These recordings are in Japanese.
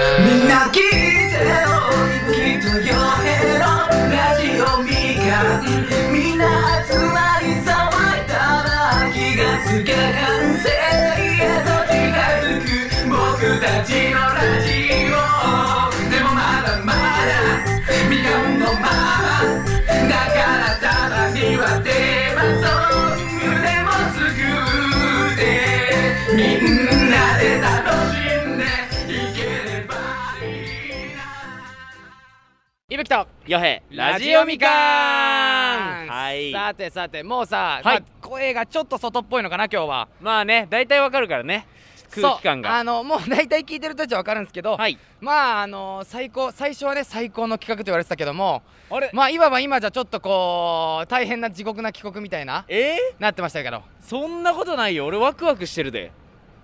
聞いてよきっとよへのラジオみかんみんな集まり騒いだら気がつけ完成へと近づく僕たちのラジオでもまだまだみかんのままだからただにはテーマソングでも作ってみんなで楽しんでいければいいいぶきとよへラジオみかんはいさてさてもうさ、はいまあ声がちょっと外っぽいのかな今日はまあね大体わかるからね空気感そうがあのもう大体聞いてる人たちは分かるんですけど、はいまああの最高最初はね最高の企画と言われてたけどもあれまあいわば今じゃちょっとこう大変な地獄な帰国みたいなえーなってましたけどそんなことないよ俺ワクワクしてるで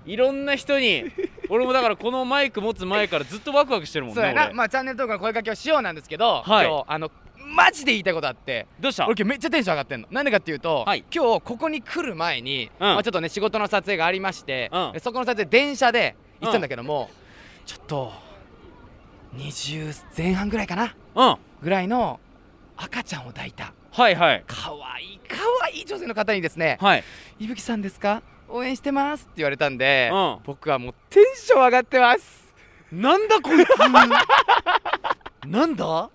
いろんな 人に俺もだからこのマイク持つ前からずっとワクワクしてるもんねそうやな俺まあチャンネル登録の声かけをしようなんですけど、はい今日あのマジで言いたいことあってどうした俺今日めっちゃテンション上がってんのなんでかっていうと、はい今日ここに来る前に、まあ、ちょっとね仕事の撮影がありまして、うんでそこの撮影電車で行ってたんだけども、ちょっと20前半ぐらいかなうんはぐらいの赤ちゃんを抱いたいはい可愛い可愛い女性の方にですねはい「いぶきさんですか応援してます」って言われたんで、うん僕はもうテンション上がってますなんだこいつ なんだ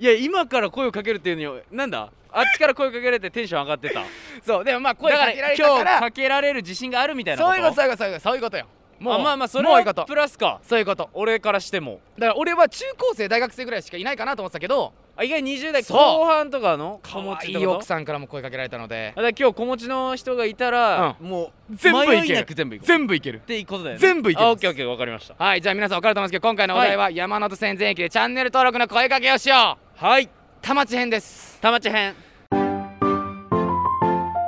いや今から声をかけるっていうのになんだあっちから声をかけられてテンション上がってたそうでもまあ声だかからけられた今か日らかけられる自信があるみたいなこそとういうことそういうことそういうことそういうことよもあうまあまあそれもういいこはとプラスかそういうこと俺からしてもだから俺は中高生大学生ぐらいしかいないかなと思ってたけどあ意外に20代そう後半とかの可子持愛ちい奥んさんからも声かけられたのでだから今日子持ちの人がいたら、もう全部いける迷なく全部いこう全部いけるっていうことだよね全部いけますあオッケーオッケーわかりましたはいじゃあ皆さん分かると思うんですけど今回のお題は山手線全駅でチャンネル登録の声かけをしようはい田町編です田町編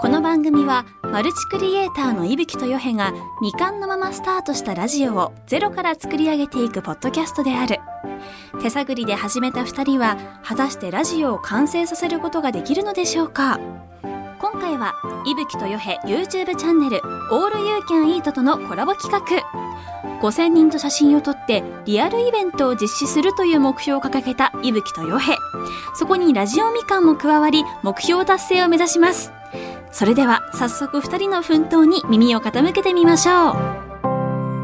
この番組はマルチクリエイターの伊吹とよへが未完のままスタートしたラジオをゼロから作り上げていくポッドキャストである手探りで始めた2人は果たしてラジオを完成させることができるのでしょうか今回は伊吹とよへ YouTube チャンネル「オール You Can Eat」とのコラボ企画5000人と写真を撮ってリアルイベントを実施するという目標を掲げた伊吹とよへそこにラジオみかんも加わり目標達成を目指しますそれでは早速2人の奮闘に耳を傾けてみましょう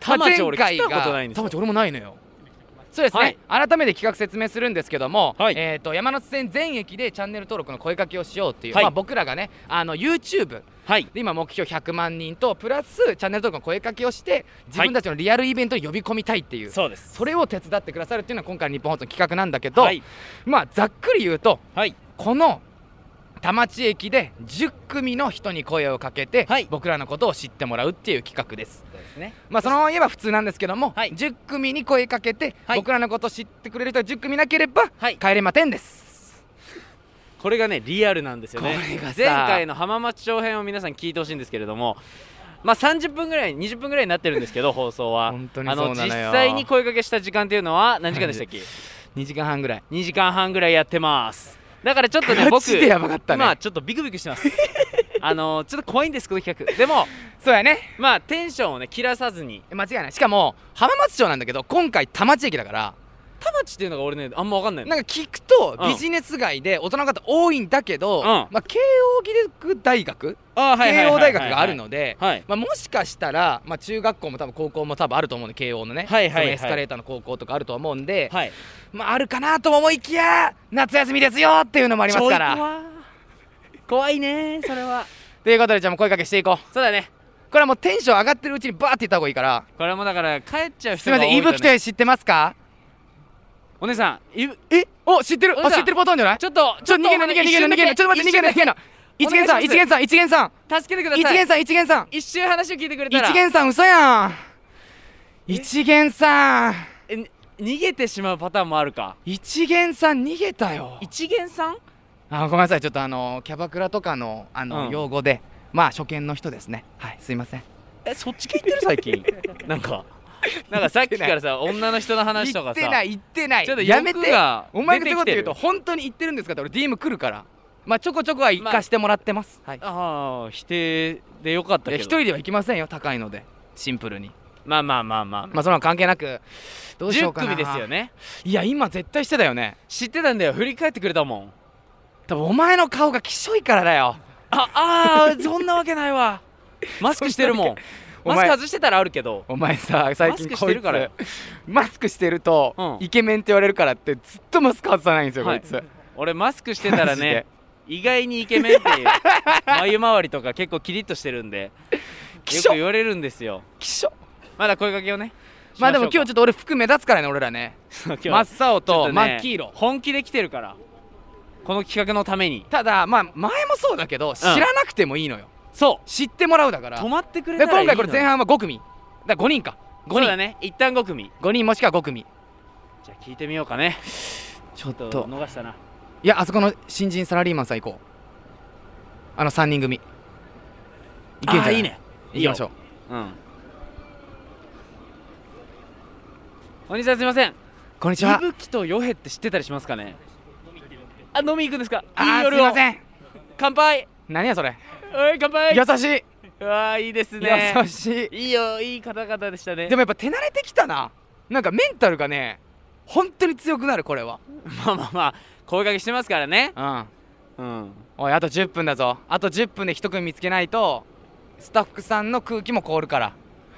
田町俺前回来がたことないんです田よ町俺もないのよそうですね、改めて企画説明するんですけども、はいえー、と山手線全駅でチャンネル登録の声かけをしようっていう、はいまあ、僕らがねあの YouTube はいで今目標100万人とプラスチャンネル登録の声かけをして自分たちのリアルイベントに呼び込みたいっていう、そうですそれを手伝ってくださるっていうのは今回の日本放送の企画なんだけど、はいまあざっくり言うとはいこの田町駅で10組の人に声をかけて、はい僕らのことを知ってもらうっていう企画です。そうですねまあそのまま言えば普通なんですけども、はい10組に声かけて、はい僕らのことを知ってくれる人が10組なければ、はい帰れま点です。これがねリアルなんですよねこれがさ前回の浜松町編を皆さん聞いてほしいんですけれどもまあ30分ぐらい20分ぐらいになってるんです けど放送は本当にそうなのよあの実際に声かけした時間っていうのは何時間でしたっけ2時間半ぐらい。 2時間半ぐらいやってますだからちょっとねガ僕チでやばかったね今ちょっとビクビクしてます あのちょっと怖いんですこの企画でもそうやね。まあテンションをね切らさずに間違いない。しかも浜松町なんだけど、今回田町駅だから、田町っていうのが俺ねあんま分かんないのなんか聞くとうんビジネス街で大人の方多いんだけど、んまあ慶応義塾大学、あーはいはい慶はい応はい大学があるので。はいまあ、もしかしたら、まあ、中学校も多分高校も多分あると思うんで慶応のね、はいはいはそのいエスカレーターの高校とかあると思うんで、はいまあ、あるかなとも思いきや夏休みですよっていうのもありますかちょいら怖い怖いねそれはということでじゃあもう声かけしていこうそうだねこれはもうテンション上がってるうちにバーっていった方がいいからこれもだから帰っちゃうす人いがま多せんい伊吹とねよ知ってますかお姉さんいぶえお知ってるおあじさん知ってるパターンじゃないちちょっとょっと逃げるな逃げる逃げる逃げるちょっと待って逃げる逃げる一元さんお願いしま一す元さん一元さんな助けてください一元さん一元さん一瞬話を聞いてくれたら一元さん嘘やん一元さんえに逃げてしまうパターンもあるか一元さん逃げたよ一元さんあごめんなさいちょっとあのキャバクラとかのあの、うん用語でまあ初見の人ですねはいすいませんえそっち聞いてる最 近なんかなんかさっきからさ女の人の話と言かっさてない言ってないちょっとやめ欲てがお前が出そうていうこと言うきてると本当に言ってるんですかって俺 DM 来るからまあちょこちょこは行かしてもらってます、はいああ否定でよかったいけや一ど人では行きませんよ高いのでシンプルにまあまあまあまあ、まあそんなの関係なくどうしよ10うかな組ですよねいや今絶対してたよね知ってたんだよ振り返ってくれたもん多分お前の顔がきしょいからだよああーそんなわけないわ マスクしてるもんおマス前ク外してたらあるけどお前さ最近マスクこしているつからよマスクしてると、うんイケメンって言われるからってずっとマスク外さないんですよ、はいこいつ俺マスクしてたらマジでね意外にイケメンっ ていう眉周りとか結構キリッとしてるんできよしくょ言われるんですよきしょまだ声かけをねまあでも今日ちょ日っと俺服目立つからね俺らね 真マっス青と真とマっッ黄キー色ロ本気で来てるからこの企画のためにただまあ前もそうだけど知らなくてもいいのよ、そ知ってもらうだからう止まってくれでたらい今いの回これ前半は5組だから5人か5 5人だ人、ね一旦5組5人もしくは5組じゃあ聞いてみようかねちょっちょっとと逃したないやあそこの新人サラリーマンさん行こうあの3人組いけんじゃあなーいいいね行きましょううんお兄さんすいませんこんにちいはぶきとヨヘって知ってたりしますかねあ飲み行くんですかあー夜すいません乾杯何やそれはい乾杯 優しい、うわーいいですね優しいいいよいい方々でしたねでもやっぱ手慣れてきたななんかメンタルがね本当に強くなるこれはまあまあまあ声かけしてますからねうんうんおいあと10分だぞあと10分で一組見つけないとスタッフさんの空気も凍るから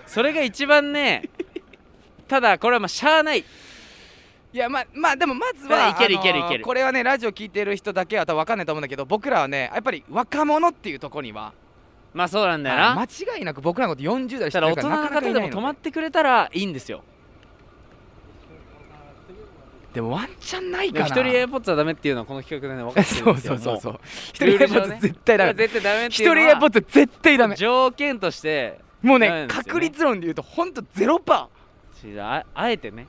それが一番ねただこれはまあしゃあないいやまあまあでもまずいはやいけるあのーいけるいけるこれはねラジオ聞いてる人だけは多分分かんないと思うんだけど僕らはねやっぱり若者っていうところにはまあそうなんだよな、間違いなく僕らのこと40代してただる大か人らなのかなか方いでないもの泊まってくれたらいいんですよでもワンチャンないでかもな一人 AirPods はダメっていうのはこの企画でね分かって そるうんですそようそうそもう一人ルール上ね AirPods 絶対ダメ絶対ダメっ一ていう人のは AirPods 絶対ダメ条件としてもうダメなねんですよね確率論で言うとほんとゼロパああえてね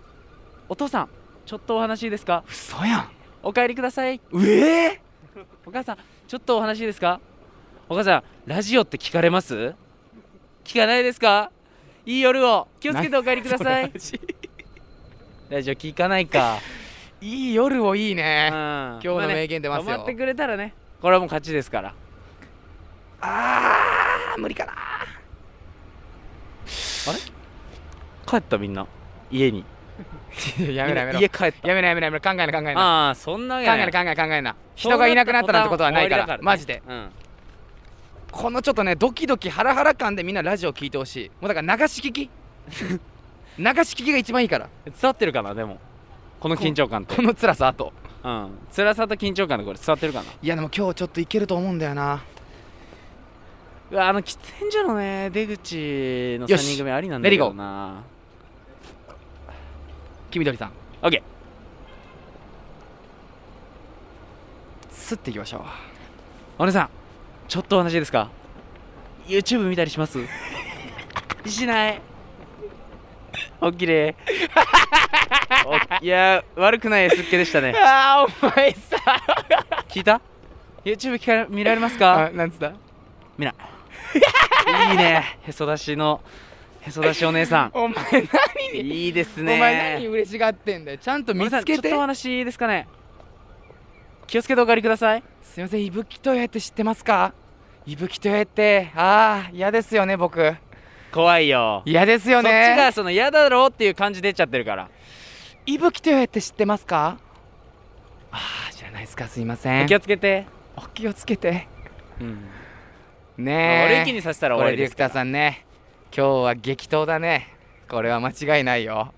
お父さんちょっとお話いいですかー嘘やんお帰りくださいうえお母さんちょっとお話いいですかお母さんラジオって聞かれます聞かないですかいい夜を気をつけてお帰りくだ さいラジオ聞かないかーいい夜をいいね今今日の名言出ますよ止まってくれたらねこれはもう勝ちですからあー無理かな帰ったみんな家にやめろやめろ家帰ったやめろやめろやめろ考えな考えなああそんなわ考けえなない考えな考えな人がいなくなったなんてことはないからそうった途端終わりだマジでうんこのちょっとねドキドキハラハラ感でみんなラジオ聞いてほしいもうだから流し聞 き流し聞きが一番いいから伝わってるかなでもこの緊張感とこの辛さあとうん辛さと緊張感でこれ伝わってるかないやでも今日ちょっといけると思うんだよなうわあの喫煙所のね出口のよ3し人組ありなんだけどな黄緑さんオッケスッていきましょうーお姉さんちょっとお話いいですか YouTube 見たりします しないおっきれいいや悪くないすっけでしたねあーお前さ聞いた YouTube 聞かれ見られますかなんつった見ないいいねへそ出しのへそ出しお姉さんお前何に、いいですおね前何嬉しがってんだよちゃんと見皆さつんけちょっとてお話いいですかね気をつけてお帰りくださいすいません伊吹とやって知ってますか伊吹とやってああ嫌ですよね僕怖いよ嫌ですよそっちがねその嫌だろうっていう感じ出ちゃってるから伊吹とやって知ってますかああ知らないですかすいません気をつけて、お気をつけてうん、俺ね一気えにさせたら終わ俺りディでレすクタかーらさんね今日は激闘だねこれは間違いないよ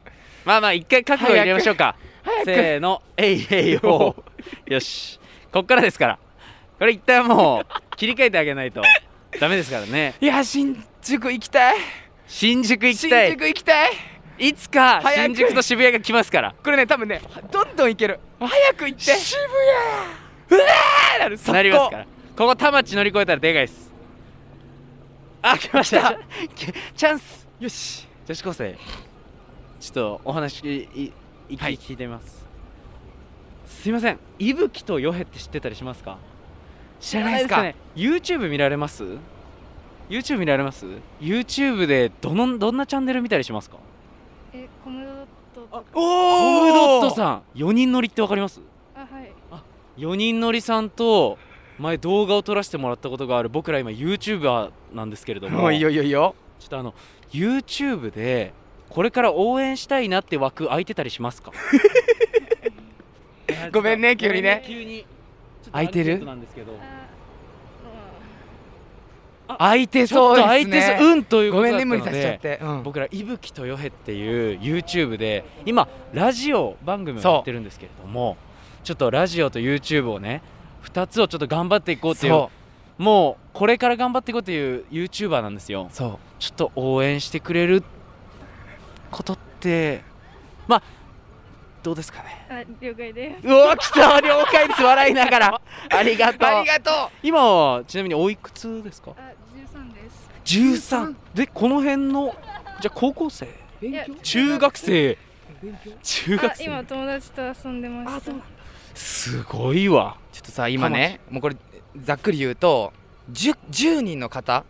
まあまあ一回覚悟入れましょうか早くせーのえいえいおうよしこっからですからこれ一旦もう切り替えてあげないとダメですからねいや新宿行きたい新宿行きた新い宿行きたいいつか早く新宿と渋谷が来ますからこれね多分ねどんどん行ける早く行って渋谷うわーなる速攻なりますからここ田町乗り越えたらでかいですあ来ました チャンスよし女子高生ちょっとお話いい一気はいに聞いてみます、すいませんいぶきとよへって知ってたりしますか知らないですかね YouTube 見られます YouTube 見られます YouTube でどのどんなチャンネル見たりしますかえ、コムドット。コムドットんさん4人乗りってわかりますあ、はい。 4人乗りさんと前動画を撮らせてもらったことがある僕ら今 YouTuber なんですけれどももういいよいいよいいよちょっとあの YouTube でこれから応援したいなって枠空いてたりしますか ごめんね急にね急に空いてるちょっとアンケートなんですけどあ空いてちょそっうですねと空いてそううんというこごとだめっんねたの無理さでせちゃって、うん、僕ら伊吹とよへっていう YouTube で今ラジオ番組をそうやってるんですけれどもちょっとラジオと YouTube をね2つをちょっと頑張っていこうっていうそもうこれから頑張っていこうっていう YouTuber なんですようそうちょっと応援してくれることってまあどうですかねあ了解ですうわ来た了解です笑いなが らありがとありがと 今はちなみにおいくつですかあ13です13でこの辺のじゃあ高校生ういや中学生中あ学今生友達と遊んでましたすごいわちょっとさ今ねもうこれざっくり言うと 10, 10人の方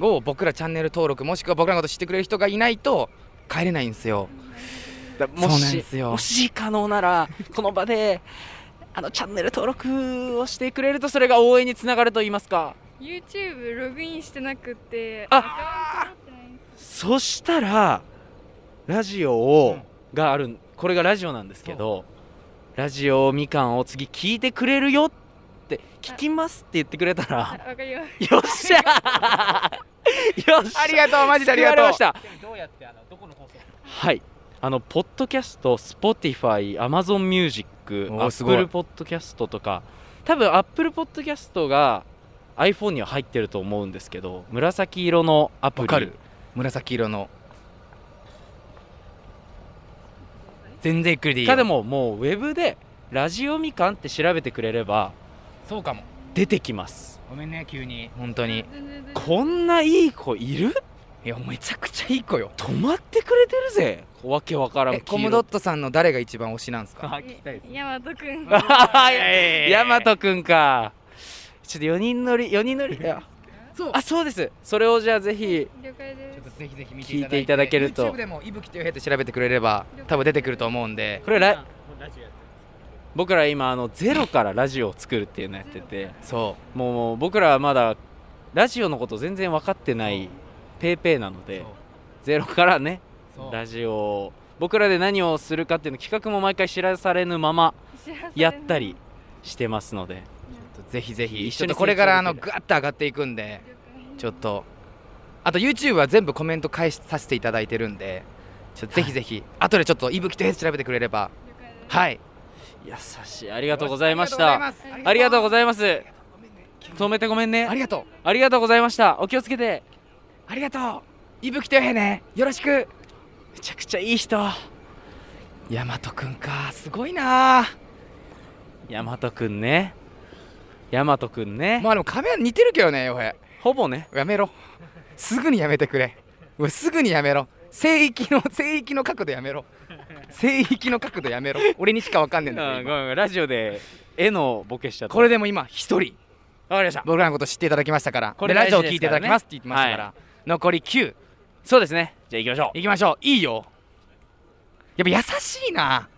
を僕らチャンネル登録もしくは僕らのこと知ってくれる人がいないと帰れないんですよだそうもなんしですよもし可能ならこの場であのチャンネル登録をしてくれるとそれが応援につながると言いますか YouTube ログインしてなくてあアカウント持ってないんですそしたらラジオを、うんがあるこれがラジオなんですけどラジオみかんを次聞いてくれるよって聞きますって言ってくれたあらわかりますよっしゃ ーよっしゃありがとうマジでありが救われとまうしたはいあのポッドキャスト Spotify Amazon Music お Apple すごい Podcast とか多分 Apple Podcast が iPhone には入ってると思うんですけど紫色のアプわリかる紫色の全然ゆっくりでいいよかでももうウェブでラジオみかんって調べてくれればそうかも出てきますごめんね急に本当に全然全然こんないい子いるいやめちゃくちゃいい子よ止まってくれてるぜわけわからんえコムムドッドトさんの誰が一番推しなんですかヤマトくん あははえーヤマトくんかちょっと4人乗り4人乗りだよそうあそうですそれをじゃあぜひ了解ですぜひぜひ見ていただいて聞いていただけると YouTube でも「いぶきとよへ」って調べてくれれば多分出てくると思うんでこれラ僕ら今あのゼロからラジオを作るっていうのやっててそもう僕らはまだラジオのこと全然分かってないペーペーなのうでゼロからねラジオを僕らで何をするかっていうの企画も毎回知らされぬまま知らされないやったりしてますのでぜひぜひ一ちょっ緒にとこれからあの成グ長できワッと上がっていくんで了解ちょっとあと YouTube は全部コメント返しさせていただいてるんでちょっとぜひぜひ後でちょっと「いぶきとよへ」って調べてくれれば了解ですはい優しいありありがとうございましたしたありがとうございますごめんね止めてごめんねありがとうありがとうございましたお気をつけてありがとう伊吹とよへねよろしくめちゃくちゃいい人大和くんかすごいなヤマトくんねヤマトくんね、まあでもカメラ似てるけどねよへほぼねやめろすぐにやめてくれうわすぐにやめろ聖域の聖域の角度やめろ聖域の角度やめろ俺にしかわかんねえんだあよごめん今ごめんラジオで絵のボケしちゃったこれでも今一人わかりました僕らのこと知っていただきましたからこでれラ大ジオ事を聞でいすていただからねきますって言ってましたから、は残り9そうですねじゃあ行きましょういきましょういいよやっぱ優しいな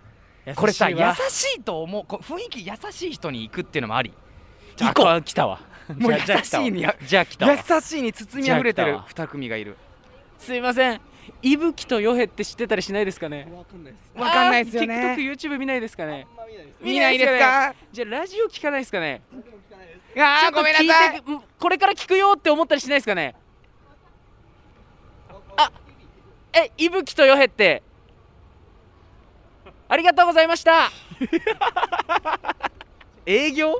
これさ優優しいわしいと思うこう雰囲気優しい人に行くっていうのもありじゃあ行こあ来たわもう優じゃあしいにやじゃあ来たわ優しいに包みあふれてじるゃあ2組がいるすいませんいぶきとよへって知ってたりしないですかねわかんないですよあーね TikTok、YouTube 見ないですかね見ないですかじゃあラジオ聞かないですかねあーごめんなさちょいっと聞いてこれから聞くよって思ったりしないですかねあえいぶきとよへってありがとうございました 営業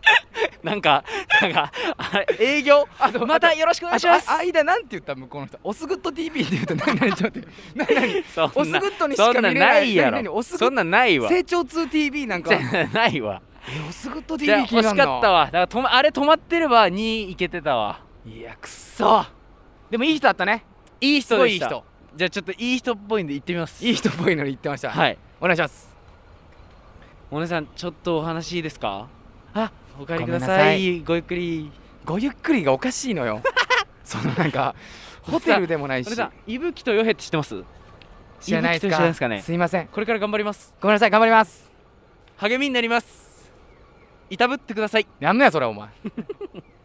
なんかなんかあれ営業またよろしくお願いしますああ間なんて言った向こうの人オスグッド TV って言うと何何ちょっと待って 何何そんなオスグッドにしか見れないそんなないや何何ろオスグッそんなないわ成長 2TV なんかないわオスグッドじゃあ TV 気惜にしかなっんのたわだからとまあれ止まってれば2いけてたわいやくそでもいい人だったねいいす人ごでいいいした人じゃあちょっといい人っぽいんで行ってみますいい人っぽいのに言ってましたはいお願いしますお姉さんちょっとお話いいですかあお帰りくだごめんなささいごゆっくりごゆっくりがおかしいの よそのなんかホテルでもないおし姉さん伊吹とよへって知ってます知らないです伊吹と知らかないですかねすいませんこれから頑張りますごめんなさい頑張ります励みになりますいたぶってください やんのやそれお前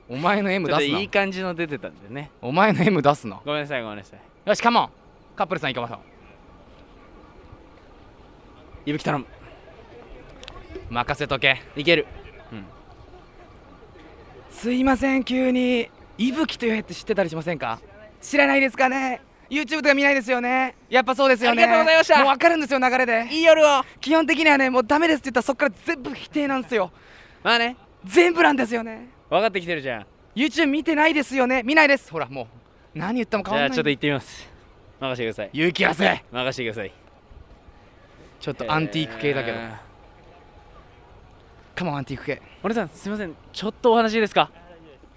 お前の M ちょっ出とすないい感じの出てたんでねお前の M 出すなごめんなさいごめんなさいよしカモンカップルさん行きましょいぶき頼むう任せとけいけるすいません急にいぶきというへって知ってたりしませんか知らないですかね YouTube とか見ないですよねやっぱそうですよねありがとうございましたもう分かるんですよ流れでいい夜を基本的にはねもうダメですって言ったらそっから全部否定なんですよまあね全部なんですよね分かってきてるじゃん YouTube 見てないですよね見ないですほらもう何言ってもじ変わゃんあないちょっと行ってみます任せてください勇気出せ任せてくださいちょっとアンティーク系だけど、えーカモンアンティーク系お姉さんすみませんちょっとお話いいですか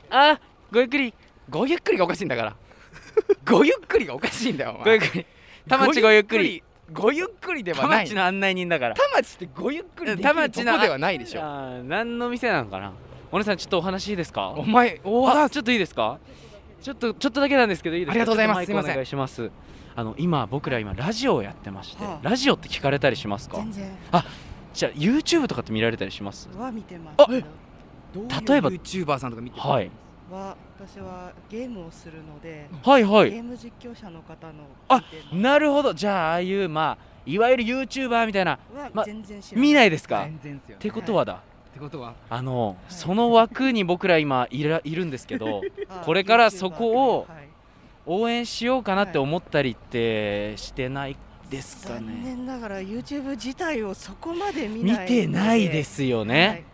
あーごゆっくりごゆっくりがおかしいんだから ごゆっくりがおかしいんだよお前ごゆっくり田町ごゆっくりごゆっくりで田はない町の案内人だから田町ってごゆっくりでき田ると町のこではないでしょあー何の店なのかなお姉さんちょっとお話いいですかお前おーあちょっといいですかちょっとちょっとだけなんですけどいいですかありがとうございますちょっマイクお願いしますあの今僕ら今ラジオをやってまして、はあラジオって聞かれたりしますか全然じゃあ YouTube とかって見られたりしますは見てますあ例例ええばば YouTuber さんとか見てるはいは私はゲームをするので、はいはゲいーム実況者の方のあ見てなるほどじゃあああいうまあいわゆる YouTuber みたいなはま全然知らない、見ないですかっ全然っすよねてことはだ、ってことはあの、いその枠に僕ら今いらいるんです けどあこれから YouTuber そこをはい応援しようかなって思ったりってしてないですか残ね念ながら YouTube 自体をそこまで見見ないてないですすよね、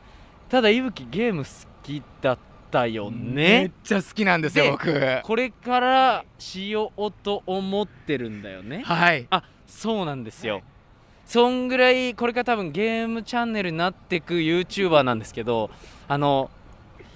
ただいぶきゲーム好きだったよめねっちゃ好きなんですでよ僕これからしようと思ってるんだよねはいあそうなんですよ、はいそんぐらいこれから多分ゲームチャンネルになってく YouTuber なんですけどあの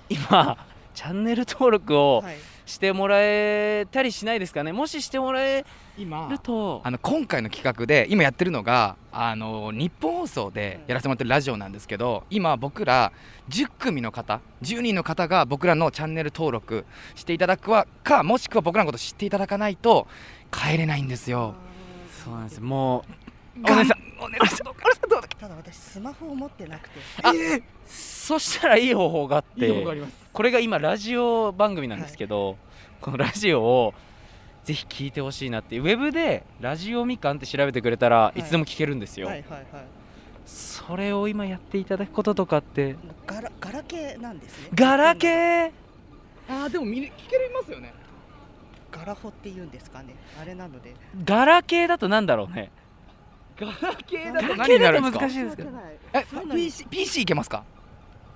今チャンネル登録をはい、してもらえたりしないですかねもししてもらえ今るとあの今回の企画で今やってるのがあの日本放送でやらせてもらってるラジオなんですけど今僕ら10組の方10人の方が僕らのチャンネル登録していただくはかもしくは僕らのこと知っていただかないと帰れないんですよ。そうなんですもうがお姉さんお願いしますただ私スマホを持ってなくてあそしたらいい方法があってりますこれが今ラジオ番組なんですけど、このラジオをぜひ聞いてほしいなってウェブで「ラジオみかん」って調べてくれたらいいつでも聞けるんですよ、はいはいはいそれを今やっていただくこととかってもうガラガラケーなんですねガラケーあーでも見れ聞けれますよねガラホって言うんですかねあれなのでガラケーだとなんだろうねガラケーだと何になるんですかガラケーだと難しいですけどはいえそうなんで PC, PC いけますか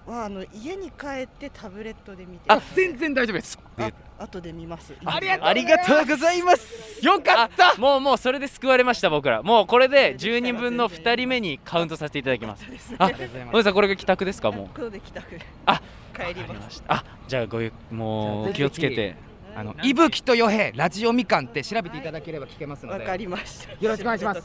はあの家に帰ってタブレットで見てあ全然大丈夫ですあ後で見ますありがとうありがとうございますよかったもうもうそれで救われました僕らもうこれで10人分の2人目にカウントさせていただきますあお姉さんこれが帰宅ですかもう後で帰宅あ帰りわかりまますしたあじゃあごゆもじゃうあ気をつけてあのいぶきとよへラジオみかんって調べていただければ聞けますのわでかりましたよろしくお願いします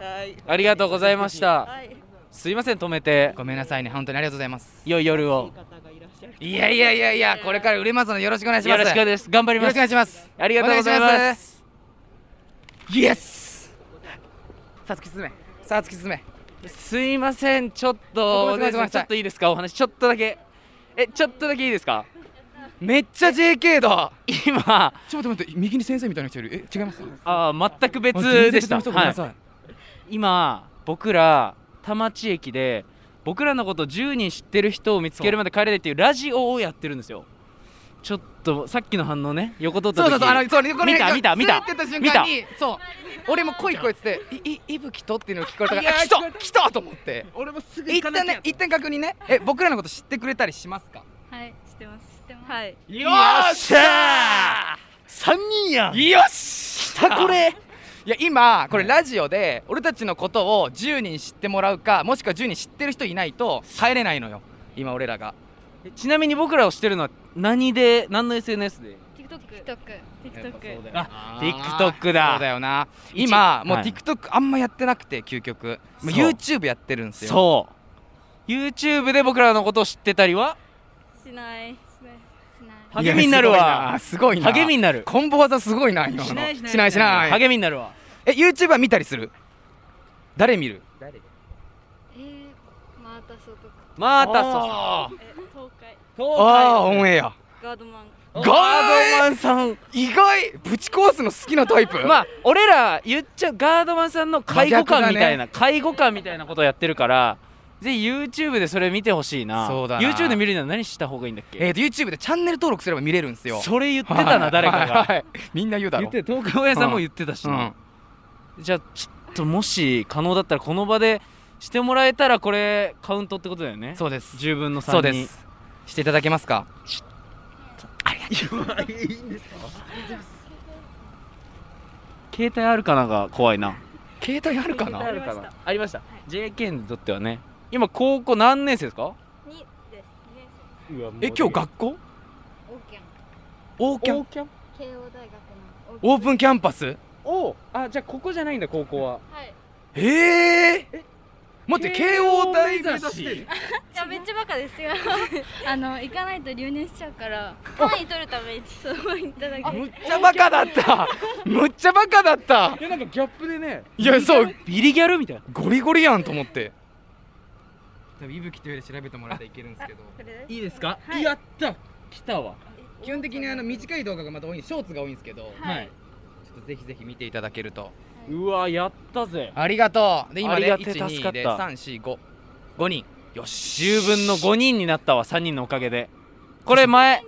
はいありがとうございましたはいすいません止めてごめんなさいね本当にありがとうございます良い夜を方がいらっしゃるいやいやいやいやこれから売れますのでよろしくお願いしまよすろしくお願いします頑張りますよろしくお願いしますありがとうございますお願いしイエスさあ突き進めさあ突き進めすいませんちょっごめとんなさいごめんなちさいょっといいですかお話ちょっとだけえちょっとだけいいですかめっちゃ JK だ今ちょっと待って右に先生みたいな人いるえ違いますあー全く別でしたあ全然別の人ごめんなさいはい今僕ら田町駅で僕らのこと10人知ってる人を見つけるまで帰れないっていうラジオをやってるんですよちょっとさっきの反応ね横通ったそう時そうそうあのそうねこれね見た見た見たスーって言った瞬間にそう俺も恋声っつっていいいぶきとっていうのを聞こえたからあ来た来たと思って俺もすぐ一旦ね一旦確認ねえ僕らのこと知ってくれたりしますかはい知ってます知ってますはいよっしゃ3人やんよし来たこれいや今これラジオで俺たちのことを10人知ってもらうかもしくは10人知ってる人いないと帰れないのよ今俺らがちなみに僕らをしてるのは何で何の SNS で TikTok TikTok あ TikTok だそうだよな一今もうはい TikTok あんまやってなくて究極もうそう YouTube やってるんですよそう YouTube で僕らのことを知ってたりはしないしないしないいや励みになるわすごいなすごいな励みになるコンボ技すごいな今のしないしない励みになるわえ YouTube は見たりする誰見るえー、またそうとかまたあさえ東海東海あーオンエアガードマンガーガードマンさん意外ぶち壊すの好きなタイプまあ俺ら言っちゃうガードマンさんの介護官みたいな、介護官みたいなことやってるからぜひ YouTube でそれ見てほしいなそうだな YouTube で見るには何した方がいいんだっけえーと YouTube でチャンネル登録すれば見れるんですよそれ言ってたはない誰かはいがはいみんな言うだろ言って東京屋さんも言ってたしう、なんじゃあちょっともし可能だったらこの場でしてもらえたらこれカウントってことだよねそうです10分の3にそうですしていただけますか携帯あるかなが怖いな携帯あるかな携りましたありましたい JK にとってはね今高校何年生ですかにです二年え今日学校生オーケンオーキャンキャン慶応大学のオープンンキャンパスおあじゃあここじゃないんだ高校ははいええ待って慶応大学いやめっちゃバカです よあの行かないと留年しちゃう から単位取るためにちょっといただきむっちゃバカだったむっちゃバカだったいやなんかギャップでねいやそうビリギャルみたいなゴリゴリやんと思って多分いぶきというより調べてもらえたらいけるんですけどいいですか、はいやった来たわ基本的にあの短い動画がまた多いショーツが多いんですけど、はいちょっとぜひぜひ見ていただけるとうわやったぜありがとうで今ねありがてえ助か12ったで345人よし10分の5人になったわ3人のおかげでこれ前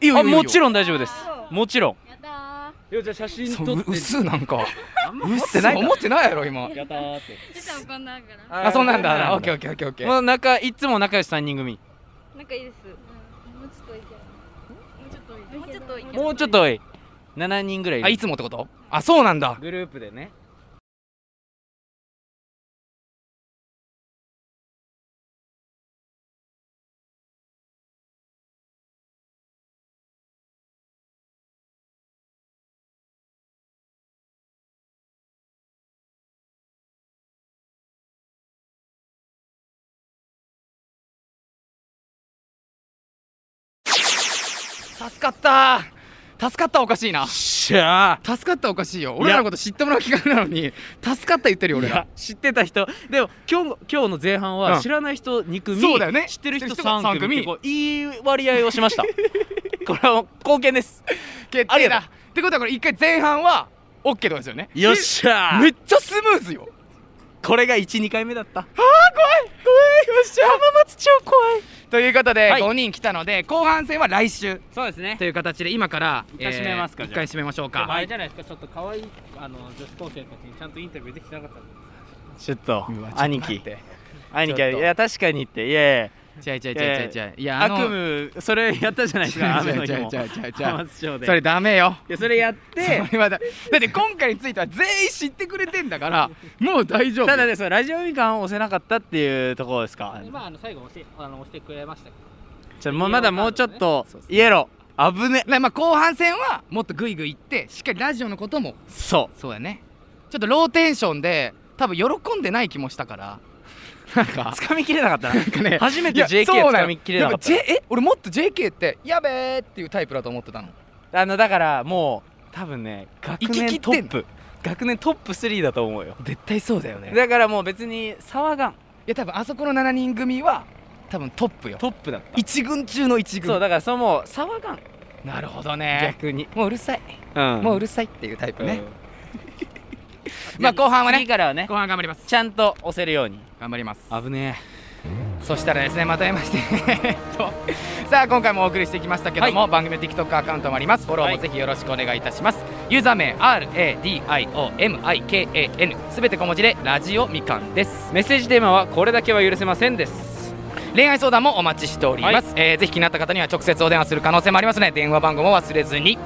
いいよあいいよもちろん大丈夫ですもちろんやったいやじゃあ写真そうう薄なん かあんま薄ない思ってないやろ今やったーってーちょっとこんなあるからあそうなんだオッケーオッッケーオッケーオッケもーう仲いつも仲良し3人組なんかいいですもうちょっといけるもうちょっといけるもうちょっと多い7人ぐらいいるあいつもってことあそうなんだグループでね助かった助かったはおかしいなしゃあ助かったはおかしいよ俺らのこと知ってもらう企画なのに助かった言ってるよ俺いらや知ってた人でも今日今日の前半うはん知らない人2組、そうだよね知ってる人知ってる人三3組組ってこういい割合をしま したこれは貢献です決あり定がだとってことはこれ一回前半は OK ってことですよねよっしゃでめっちゃスムーズよこれが12回目だったよっしゃ浜松超怖いということで、はい5人来たので後半戦は来週そうですねという形で今から一回締めますかえーじゃあ一回締めましょうあかれじゃないですか、ちょっと可愛いあの女子高生たちにちゃんとインタビューできてなかったんでちょっとうわちょっと兄待っ貴て兄貴ちょっといや確かにっていやいや違う違う違う違う違ういやあ悪の夢それやったじゃないですか違雨うの違日う違うも違う違う違う 浜松町でそれダメよいやそれやってそれはだだって今回については全員知ってくれてんだ からもう大丈夫ただねそのラジオみかんを押せなかったっていうところですかす。今あの最後押してあの押してくれましたけど。じゃあもうまだもうちょっとそうそうイエロー危ねねまあ、後半戦はもっとグイグイいってしっかりラジオのこともそそうだねちょっとローテーションで多分喜んでない気もしたからなんかう掴みきれなかったななんかね初 めいてや JK そうなの掴みきれなかったでも J- え俺もっと JK ってやべえっていうタイプだと思ってたのあのだからもう多分ね学行き年切トってッんのプ学年トップ3だと思うよ絶対そうだよねいだからもう別に騒がんや多分あそこの7人組は多分トップよトップだった一軍中の一軍そうだからそのもう騒がんなるほどね逆にもううるさい、うんもううるさいっていうタイプねね、まあ後半はね次からはね後半頑張りますちゃんと押せるように頑張ります危ねそしたらですねまとめましてえっとさあ今回もお送りしてきましたけども、番組の TikTok アカウントもありますフォローもぜひよろしくお願いいたします、ユーザー名 RADIOMIKAN すべて小文字でラジオみかんですえメッセージテーマはこれだけは許せませんです恋愛相談もお待ちしております、えーぜひ気になった方には直接お電話する可能性もありますので電話番号も忘れずに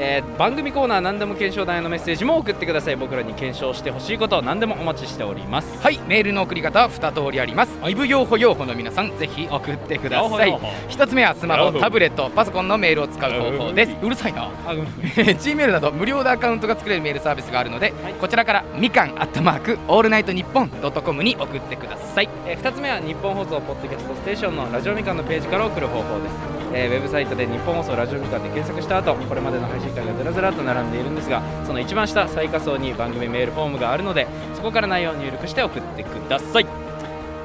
えー番組コーナー何でも検証団へのメッセージも送ってください僕らに検証してほしいこと何でもお待ちしておりますはいメールの送り方は2通りありますイブ用保養法の皆さんぜひ送ってください用法1つ目はスマホタブレットパソコンのメールを使う方法ですうるさいなあごめん Gmail など無料でアカウントが作れるメールサービスがあるので、こちらからみかんアットマークオールナイトニッポンドットコムに送ってくださいえー、2つ目は日本放送ポッドキャストステーションのラジオみかんのページから送る方法です、えーウェブサイトで日本放送ラジオみかんで検索した後これまでの配信会がずらずらっと並んでいるんですがその一番下最下層に番組メールフォームがあるのでそこから内容を入力して送ってください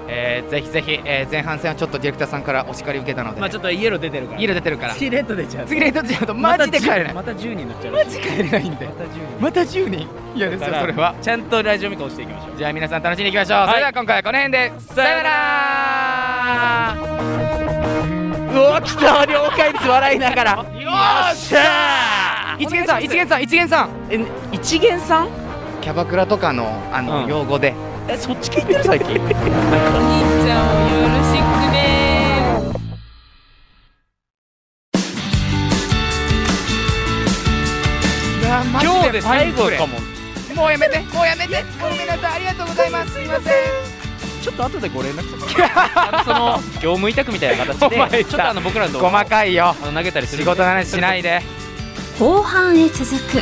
えーぜひぜひ、えー前半戦はちょっとディレクターさんからお叱り受けたので、まあちょっとイエロー出てるから家で出てるからシレット出ちゃう次レートちゃうとマジで帰れないまた10人乗っちゃうマジ帰れないんでまた10人また10人嫌ですよそれはちゃんとラジオミカをしていきましょうじゃあ皆さん楽しんでいきましょう、いそれでは今回はこの辺でさよならうお来た了解です笑いながらよっしゃ一元さん一元さん一元さんえ一元さんキャバクラとかのあの、うん用語でえそっち聞いてる最近今日で最後かももうやめてもうやめてもう皆さんありがとうございますすいませんちょっと後でご連絡しますその業務委託みたいな 形お前でさちょっとあの僕らの細かいよあの投げたりす仕るんで事の話しないで後半へ続く